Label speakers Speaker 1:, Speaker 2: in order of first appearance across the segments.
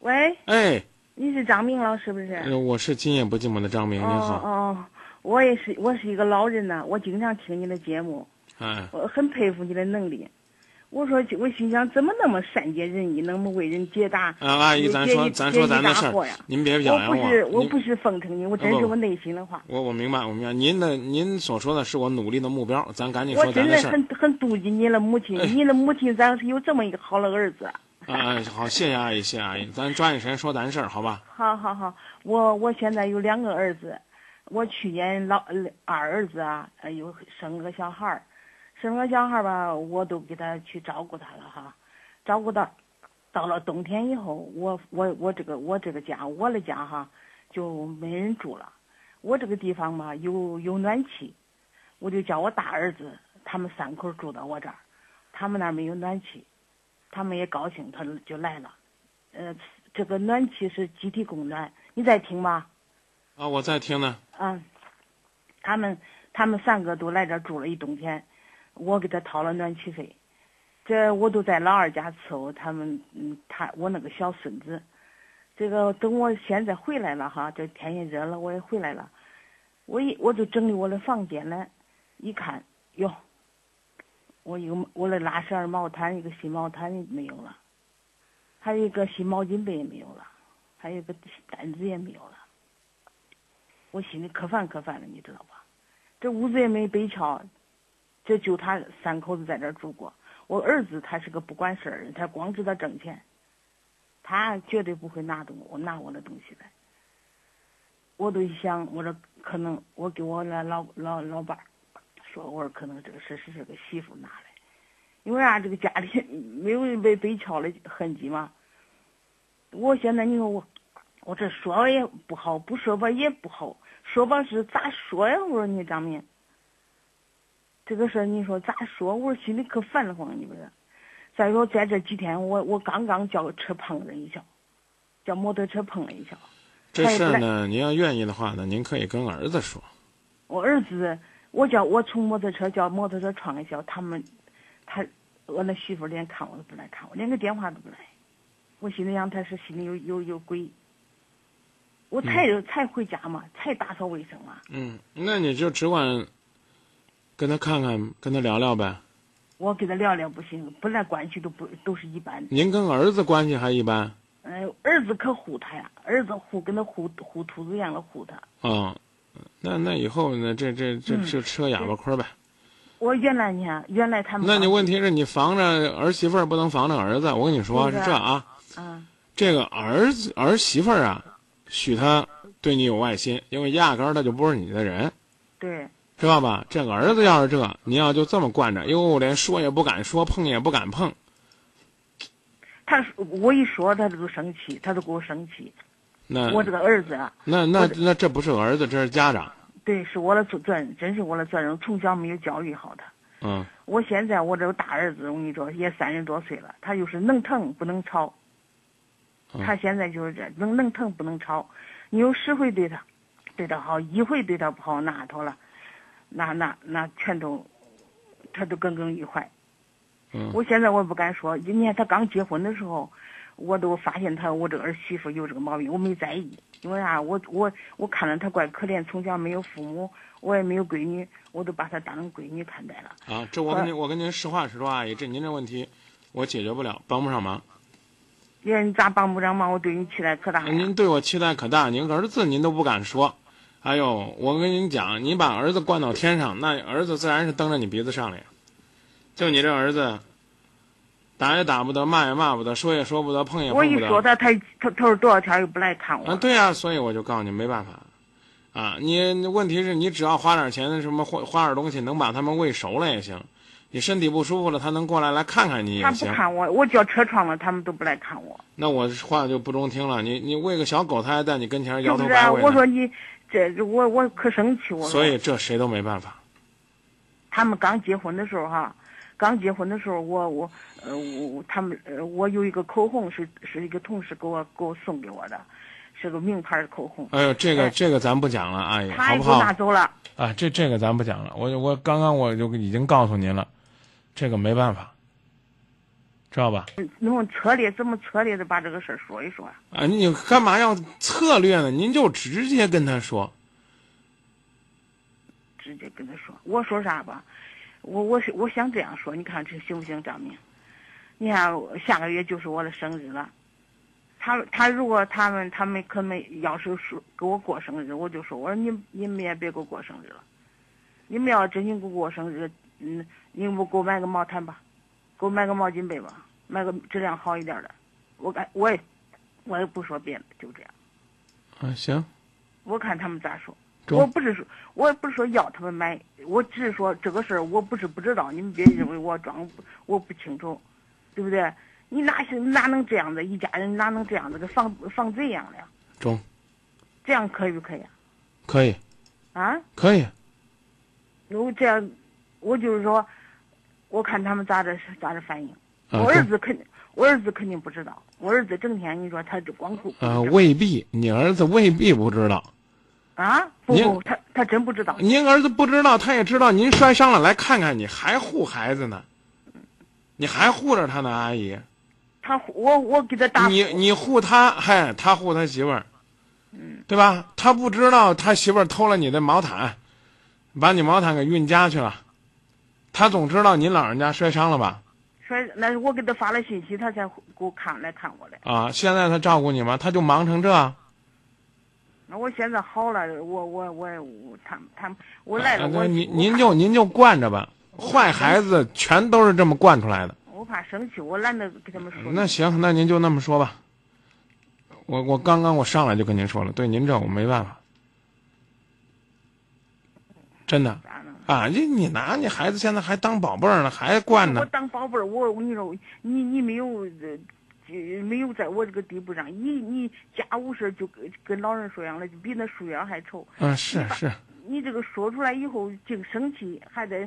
Speaker 1: 喂，
Speaker 2: 哎，
Speaker 1: 你是张明老师不是？
Speaker 2: 呃我是今夜不寂寞的张明，你
Speaker 1: 嗯哦
Speaker 2: 好。
Speaker 1: 哦，我也是，我是一个老人呐，我经常听你的节目，
Speaker 2: 哎，
Speaker 1: 我很佩服你的能力。我说，我心想，怎么那么善解人意，那么为人解答？
Speaker 2: 啊，阿姨，咱
Speaker 1: 解
Speaker 2: 说
Speaker 1: 一
Speaker 2: 咱
Speaker 1: 解
Speaker 2: 说
Speaker 1: 一
Speaker 2: 咱的
Speaker 1: 答
Speaker 2: 事
Speaker 1: 惑
Speaker 2: 儿
Speaker 1: 呀，
Speaker 2: 您别表
Speaker 1: 我
Speaker 2: 扬
Speaker 1: 不是，我
Speaker 2: 您
Speaker 1: 不是奉承你，我真
Speaker 2: 不
Speaker 1: 是
Speaker 2: 不
Speaker 1: 我内心的话。
Speaker 2: 我我明白，我明白。您的您所说的是我努力的目标，咱赶紧
Speaker 1: 我
Speaker 2: 说咱
Speaker 1: 真
Speaker 2: 的
Speaker 1: 的
Speaker 2: 事儿
Speaker 1: 很。很妒忌你的母亲
Speaker 2: 哎，
Speaker 1: 你的母亲咱是有这么一个好的儿子。
Speaker 2: 啊、哎，好，谢谢阿姨，谢谢阿姨，咱抓紧时间说咱事儿，好吧？
Speaker 1: 好好好，我我现在有两个儿子，我去年老二儿子啊，呃有生了个小孩儿，生了个小孩儿吧，我都给他去照顾他了哈，照顾到到了冬天以后，我我我这个我这个家我的家哈就没人住了，我这个地方吧有有暖气，我就叫我大儿子他们三口住到我这儿，他们那儿没有暖气，他们也高兴，他就来了。呃，这个暖气是集体供暖，你在听吗？
Speaker 2: 啊，我在听呢。
Speaker 1: 嗯，他们他们三个都来这儿住了一冬天，我给他掏了暖气费，这我都在老二家伺候他们，嗯，他我那个小孙子，这个等我现在回来了哈，这天也热了，我也回来了，我一我就整理我的房间了，一看哟，我有我的拉十二毛毯一个新毛毯也没有了，还有一个新毛巾被也没有了，还有一个单子也没有了。我心里可烦可烦了，你知道吧？这屋子也没北敲，这就他三口子在这儿住过。我儿子他是个不管事儿人，他光知道挣钱，他绝对不会拿东我拿我的东西来。我都一想，我说可能我给我那老老老伴儿说，我说可能这个事是这个媳妇拿来，因为啊啥、这个家里没有被被敲的痕迹嘛。我现在你说我我这说也不好，不说吧也不好，说吧是咋说呀？我说你张明，这个事儿你说咋说？我说心里可烦得慌，你不是？再说在这几天，我我刚刚叫车碰了一下，叫摩托车碰了一下。
Speaker 2: 这
Speaker 1: 哎
Speaker 2: 事
Speaker 1: 不
Speaker 2: 儿
Speaker 1: 是
Speaker 2: 呢，您要愿意的话呢，您可以跟儿子说。
Speaker 1: 我儿子，我叫我从摩托车叫摩托车撞一下，他们，他我那媳妇连看我都不来看我，连个电话都不来。我心里想，他是心里有有有鬼。我才、才回家嘛，才打扫卫生嘛。
Speaker 2: 嗯，那你就只管跟他看看，跟他聊聊呗。
Speaker 1: 我跟他聊聊不行，本来关系都不都是一般的。
Speaker 2: 您跟儿子关系还一般
Speaker 1: 哎，儿子可护他呀，儿子护跟那护护兔子一样的护他。
Speaker 2: 啊、那那以后呢，这这这
Speaker 1: 嗯
Speaker 2: 就吃个哑巴亏儿呗。
Speaker 1: 我原来你看，原来他们
Speaker 2: 那你问题是你防着儿媳妇儿，不能防着儿子。我跟你说
Speaker 1: 对
Speaker 2: 是
Speaker 1: 的
Speaker 2: 这啊，
Speaker 1: 啊，
Speaker 2: 这个儿子儿媳妇儿啊，许他对你有外心，因为压根儿他就不是你的人，
Speaker 1: 对
Speaker 2: 知道吧？这个儿子要是这，你要就这么惯着，哟，连说也不敢说，碰也不敢碰，
Speaker 1: 他说我一说他就生气，他就给我生气。
Speaker 2: 那
Speaker 1: 我这个儿子啊，
Speaker 2: 那那
Speaker 1: 我
Speaker 2: 那那这不是儿子，这是家长。
Speaker 1: 对，是我的责责任，真是我的责任，从小没有教育好他。
Speaker 2: 嗯，
Speaker 1: 我现在我这个大儿子，我跟你说也三十多岁了，他就是能疼不能吵。
Speaker 2: 嗯
Speaker 1: 他现在就是这能能疼不能吵，你有十回对他，对他好，一回对他不好，那头了，那那那全都，他都耿耿于怀。
Speaker 2: 嗯
Speaker 1: 我现在我也不敢说，你看他刚结婚的时候，我都发现他我这个儿媳妇有这个毛病，我没在意，因为啥、啊我我我看着他怪可怜，从小没有父母，我也没有闺女，我都把她当成闺女看待了。
Speaker 2: 啊，这我跟您我跟您实话实说，阿姨，这您这问题我解决不了，帮不上忙。
Speaker 1: 呀，你咋帮不上忙？我对你期待可大呀！
Speaker 2: 哎您对我期待可大，您儿子您都不敢说。哎呦，我跟您讲，你把儿子惯到天上，那儿子自然是蹬着你鼻子上来。就你这儿子，打也打不得，骂也骂不得，说也说不得，碰也
Speaker 1: 我
Speaker 2: 碰
Speaker 1: 一
Speaker 2: 不得。
Speaker 1: 说他，他他他说多少天又不来看我
Speaker 2: 啊，
Speaker 1: 了。
Speaker 2: 对呀、所以我就告诉你没办法，啊，你问题是你只要花点钱，什么花花点东西，能把他们喂熟了也行。你身体不舒服了，他能过来来看看你
Speaker 1: 他
Speaker 2: 也
Speaker 1: 不
Speaker 2: 行。
Speaker 1: 看我，我叫车窗了，他们都不来看我，
Speaker 2: 那我话就不中听了，你你喂个小狗，它还在你跟前
Speaker 1: 是
Speaker 2: 摇
Speaker 1: 不
Speaker 2: 头
Speaker 1: 是、啊
Speaker 2: 摆尾呢。
Speaker 1: 我说你这我我可生气，我说
Speaker 2: 所以这谁都没办法。
Speaker 1: 他们刚结婚的时候哈，刚结婚的时候我我呃我他们呃我有一个口红是是一个同事给我给我送给我的，是个名牌的口红，
Speaker 2: 哎呦，这个
Speaker 1: 哎
Speaker 2: 这个咱不讲了，阿姨，
Speaker 1: 他
Speaker 2: 好
Speaker 1: 也
Speaker 2: 不
Speaker 1: 给我拿
Speaker 2: 好？
Speaker 1: 走了。
Speaker 2: 啊，这这个咱不讲了。我我刚刚我就已经告诉您了，这个没办法。知道吧？
Speaker 1: 能不能策略怎么策略的把这个事儿说一说啊？
Speaker 2: 啊，你干嘛要策略呢？您就直接跟他说。
Speaker 1: 直接跟他说，我说啥吧，我我是我想这样说，你看这行不行，张明？你看下个月就是我的生日了，他他如果他们他们可没要是说给我过生日，我就说我说你你们也别给我过生日了，你们要真心给我过生日，嗯，你们给我买个毛毯吧，给我买个毛巾被吧，买个质量好一点的，我感我也我也不说别的，就这样，
Speaker 2: 啊，行，
Speaker 1: 我看他们咋说。
Speaker 2: 中
Speaker 1: 我不是说，我也不是说要他们买，我只是说这个事儿我不是不知道，你们别认为我装不我不清楚，对不对？你哪是哪能这样子？一家人哪能这样子跟放放贼一样的呀？
Speaker 2: 中，
Speaker 1: 这样可以不可以啊？
Speaker 2: 可以，
Speaker 1: 啊，
Speaker 2: 可以，
Speaker 1: 如果这样，我就是说，我看他们咋着咋着反应。
Speaker 2: 啊，
Speaker 1: 我儿
Speaker 2: 中，
Speaker 1: 子肯定，我儿子肯定不知道。我儿子整天你说他就光顾
Speaker 2: 啊，未必，你儿子未必不知道，
Speaker 1: 啊，不
Speaker 2: 您
Speaker 1: 不，他他真不知道。
Speaker 2: 您儿子不知道，他也知道。您摔伤了来看看你，还护孩子呢，你还护着他呢，阿姨。
Speaker 1: 他我我给他打
Speaker 2: 你你护他，嗨，他护他媳妇儿，
Speaker 1: 嗯
Speaker 2: 对吧？他不知道他媳妇儿偷了你的毛毯，把你毛毯给运家去了。他总知道您老人家摔伤了吧？
Speaker 1: 说那我给他发了信息，他才给我看来看我来。
Speaker 2: 啊，现在他照顾你吗？他就忙成这啊，
Speaker 1: 那我现在好了，我我我我他们他们我来了，我
Speaker 2: 啊那您
Speaker 1: 我
Speaker 2: 您就您就惯着吧。坏孩子全都是这么惯出来的。
Speaker 1: 我怕生气，我懒得跟他们说。
Speaker 2: 那行，那您就那么说吧。我我刚刚我上来就跟您说了，对您这我没办法，真的
Speaker 1: 咋弄？
Speaker 2: 啊！你你拿你孩子现在还当宝贝儿呢，还惯
Speaker 1: 我
Speaker 2: 呢。
Speaker 1: 当宝贝儿，我我跟你说，你你没有呃，就没有在我这个地步上，你你家务事儿就跟跟老人说样了，就比那书样还臭。
Speaker 2: 嗯、是是，
Speaker 1: 你这个说出来以后净生气，还得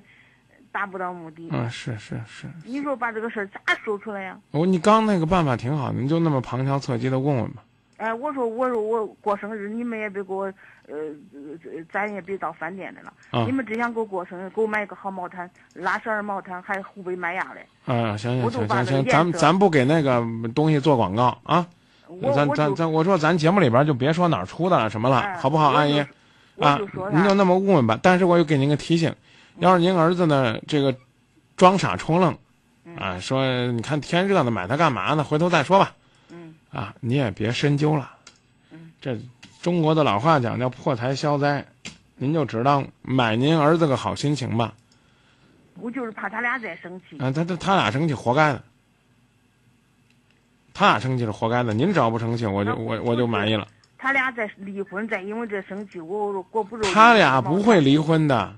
Speaker 1: 达不到目的。
Speaker 2: 嗯、是是是。
Speaker 1: 你说把这个事儿咋说出来呀、
Speaker 2: 我你刚那个办法挺好的，你就那么旁敲侧击的问问吧。
Speaker 1: 哎，我说我说我过生日，你们也别给我，呃，呃咱也别到饭店来了。
Speaker 2: 啊
Speaker 1: 你们只想给我过生日，给我买一个好毛毯，拉十二毛毯，还湖北买亚的。
Speaker 2: 啊，行行
Speaker 1: 我就
Speaker 2: 行
Speaker 1: 把
Speaker 2: 行
Speaker 1: 这个
Speaker 2: 行，
Speaker 1: 颜
Speaker 2: 咱
Speaker 1: 色
Speaker 2: 咱不给那个东西做广告啊。
Speaker 1: 我
Speaker 2: 咱
Speaker 1: 我
Speaker 2: 咱
Speaker 1: 就
Speaker 2: 咱，我说咱节目里边就别说哪儿出的了什么了，
Speaker 1: 哎
Speaker 2: 好不好，
Speaker 1: 我就
Speaker 2: 阿姨？
Speaker 1: 我
Speaker 2: 啊
Speaker 1: 就说，
Speaker 2: 您
Speaker 1: 啥
Speaker 2: 就那么问问吧。但是我又给您个提醒，要是您儿子呢，这个装傻充愣，
Speaker 1: 嗯
Speaker 2: 啊，说你看天热呢，买它干嘛呢？回头再说吧。
Speaker 1: 嗯，
Speaker 2: 啊，你也别深究了。这中国的老话讲叫破财消灾，您就只当买您儿子个好心情吧。
Speaker 1: 我就是怕他俩再生气。
Speaker 2: 啊，他他他俩生气活该的，他俩生气是活该的。您只要不生气，我就我我就满意了。
Speaker 1: 他俩再离婚，再因为这生气，我我过不住。
Speaker 2: 他俩不会离婚的，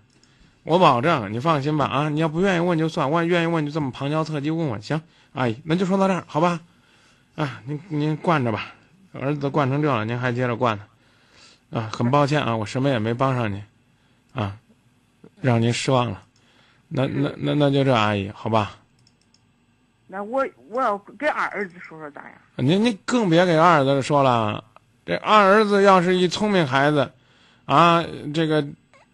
Speaker 2: 我保证，你放心吧啊！你要不愿意问就算，万一愿意问就这么旁敲侧击问问。行，阿姨，那就说到这儿，好吧？啊，您您惯着吧，儿子都惯成这了，您还接着惯呢？啊，很抱歉啊，我什么也没帮上您，啊，让您失望了。那那那那就这，阿姨，好吧？
Speaker 1: 那我我要跟二儿子说说咋样？
Speaker 2: 您您更别给二儿子说了，这二儿子要是一聪明孩子，啊，这个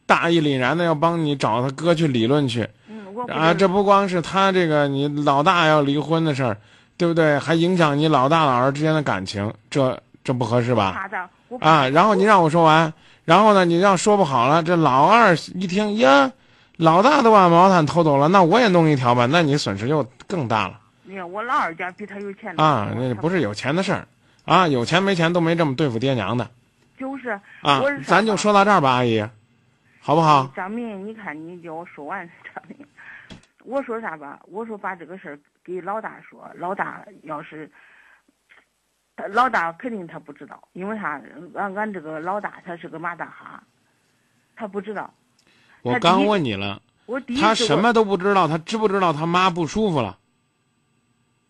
Speaker 2: 大义凛然的要帮你找他哥去理论去
Speaker 1: 嗯，我
Speaker 2: 啊，这不光是他这个你老大要离婚的事儿，对不对？还影响你老大老二之间的感情，这这不合适吧？
Speaker 1: 怕他，我怕
Speaker 2: 啊，然后你让我说完，然后呢，你要说不好了，这老二一听呀，老大都把毛毯偷走了，那我也弄一条吧，那你损失就更大了。
Speaker 1: 你看我老二家比他有钱多
Speaker 2: 啊，那不是有钱的事儿，啊，有钱没钱都没这么对付爹娘的
Speaker 1: 就是
Speaker 2: 啊
Speaker 1: 我是。嗯啥
Speaker 2: 咱就说到这儿吧，阿姨，好不好？
Speaker 1: 张明，你看你叫我说完，张明，我说啥吧？我说把这个事儿给老大说，老大要是，他老大肯定他不知道，因为啥？俺俺这个老大他是个马大哈，他不知道。
Speaker 2: 我
Speaker 1: 他第
Speaker 2: 刚
Speaker 1: 一
Speaker 2: 问你了，
Speaker 1: 我第一次
Speaker 2: 他
Speaker 1: 我
Speaker 2: 什么都不知道，他知不知道他妈不舒服了？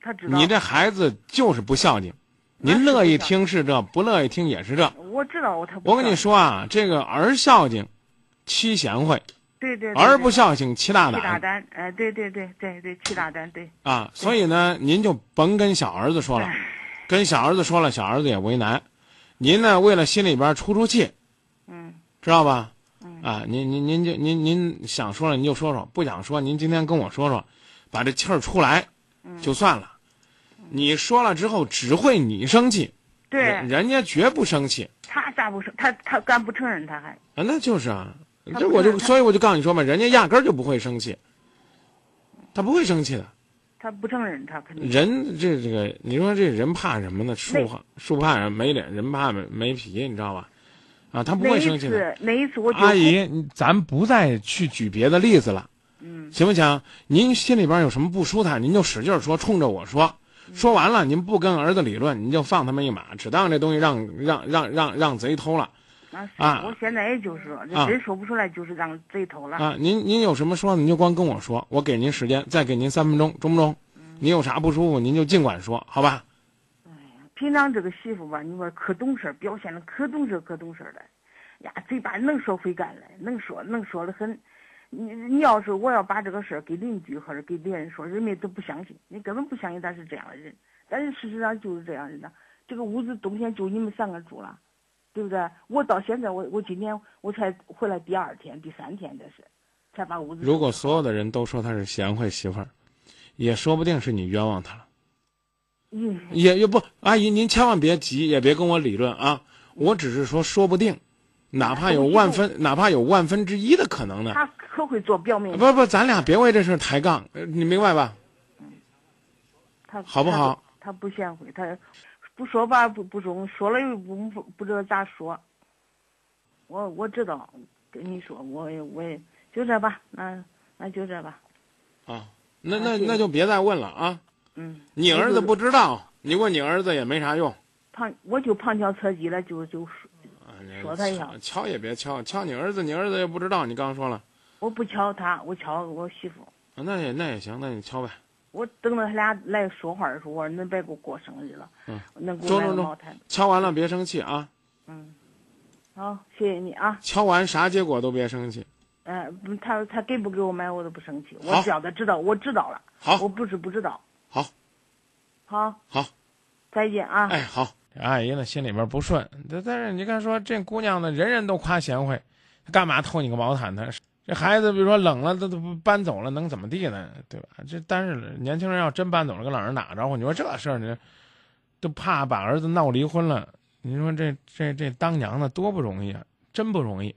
Speaker 1: 他知道？
Speaker 2: 你这孩子就是不孝敬，您
Speaker 1: 那是
Speaker 2: 乐意
Speaker 1: 不孝
Speaker 2: 听是这，不乐意听也是这。
Speaker 1: 我知道他不知道。
Speaker 2: 我跟你说啊，这个儿孝敬，妻贤惠；
Speaker 1: 对，对对对，
Speaker 2: 儿不孝敬，妻大
Speaker 1: 气大
Speaker 2: 胆
Speaker 1: 胆，哎、对对对对对，气大胆，对，
Speaker 2: 啊。所以呢，您就甭跟小儿子
Speaker 1: 嗯
Speaker 2: 说了，跟小儿子说了，小儿子也为难。您呢，为了心里边出出气，
Speaker 1: 嗯，
Speaker 2: 知道吧？啊，您您您就您您想说了您就说说，不想说您今天跟我说说，把这气儿出来，
Speaker 1: 嗯
Speaker 2: 就算了。你说了之后只会你生气，人
Speaker 1: 对
Speaker 2: 人家绝不生气。
Speaker 1: 他咋不是他他敢不承认他还
Speaker 2: 啊，那就是啊，
Speaker 1: 他
Speaker 2: 这
Speaker 1: 不
Speaker 2: 我
Speaker 1: 是
Speaker 2: 就
Speaker 1: 他
Speaker 2: 所以我就告诉你说嘛，人家压根儿就不会生气，他不会生气的。
Speaker 1: 他不承认他肯定
Speaker 2: 人这这个，你说这人怕什么呢？树
Speaker 1: 那
Speaker 2: 怕树怕人没脸，人怕没没皮，你知道吧？啊，他不
Speaker 1: 那
Speaker 2: 会
Speaker 1: 一
Speaker 2: 生气的。哎
Speaker 1: 次那一次我就
Speaker 2: 阿姨，你咱不再去举别的例子了，
Speaker 1: 嗯
Speaker 2: 行不行？您心里边有什么不舒坦，您就使劲儿说，冲着我说。说完了，您不跟儿子理论，您就放他们一马，只当这东西让让让让让贼偷了。
Speaker 1: 啊是
Speaker 2: 啊
Speaker 1: 我现在也就是说
Speaker 2: 啊
Speaker 1: 这真说不出来就是让贼头了
Speaker 2: 啊，您您有什么说的，您就光跟我说，我给您时间，再给您三分钟，中不中？您有啥不舒服，您就尽管说，好吧？
Speaker 1: 平常这个媳妇吧，你说可懂事儿，表现的可懂事儿，可懂事儿了，呀，嘴巴能说会干来，能说能说的很。你你要是我要把这个事儿给邻居或者给别人说，人们都不相信，你根本不相信他是这样的人。但是事实上就是这样人的。这个屋子冬天就你们三个住了，对不对？我到现在我我今天我才回来第二天第三天这是，才把屋子。
Speaker 2: 如果所有的人都说她是贤惠媳妇儿，也说不定是你冤枉她了。
Speaker 1: 嗯
Speaker 2: 也也不，阿姨您千万别急，也别跟我理论啊。我只是说，说不定，哪怕有万分，哪怕有万分之一的可能呢。
Speaker 1: 他可会做表面，
Speaker 2: 啊不不，咱俩别为这事儿抬杠，呃你明白吧？
Speaker 1: 他
Speaker 2: 好不好？
Speaker 1: 他不贤惠，他不说吧不不中，说了又不不不知道咋说。我我知道，跟你说，我也我也就这吧，那那就这吧，
Speaker 2: 啊，那那
Speaker 1: 而且
Speaker 2: 那就别再问了啊。
Speaker 1: 嗯。
Speaker 2: 你儿子
Speaker 1: 就是
Speaker 2: 不知道，你问你儿子也没啥用。
Speaker 1: 旁，我就旁敲侧击了，就就说
Speaker 2: 啊你
Speaker 1: 说他一下
Speaker 2: 敲也别敲，敲你儿子，你儿子也不知道。你刚刚说了，
Speaker 1: 我不敲他，我敲我媳妇。
Speaker 2: 啊那也那也行，那你敲呗。
Speaker 1: 我等到他俩来说话的时候，我说恁别给我过生日了，
Speaker 2: 嗯，
Speaker 1: 恁给
Speaker 2: 中
Speaker 1: 我买个
Speaker 2: 中中
Speaker 1: 茅台。
Speaker 2: 敲完了别生气啊，
Speaker 1: 好，谢谢你啊。
Speaker 2: 敲完啥结果都别生气。
Speaker 1: 嗯、他他给不给我买我都不生气，我
Speaker 2: 好
Speaker 1: 只要他知道，我知道了，
Speaker 2: 好
Speaker 1: 我，不是不知道。
Speaker 2: 好，
Speaker 1: 好，
Speaker 2: 好，
Speaker 1: 再见啊。
Speaker 2: 哎，好。阿姨呢心里边不顺，但但是你看说这姑娘呢，人人都夸贤惠，她干嘛偷你个毛毯呢？这孩子比如说冷了，他都不搬走了，能怎么地呢？对吧？这但是年轻人要真搬走了，跟老人打招呼，你说这事儿呢，都怕把儿子闹离婚了。你说这这这当娘的多不容易啊，真不容易。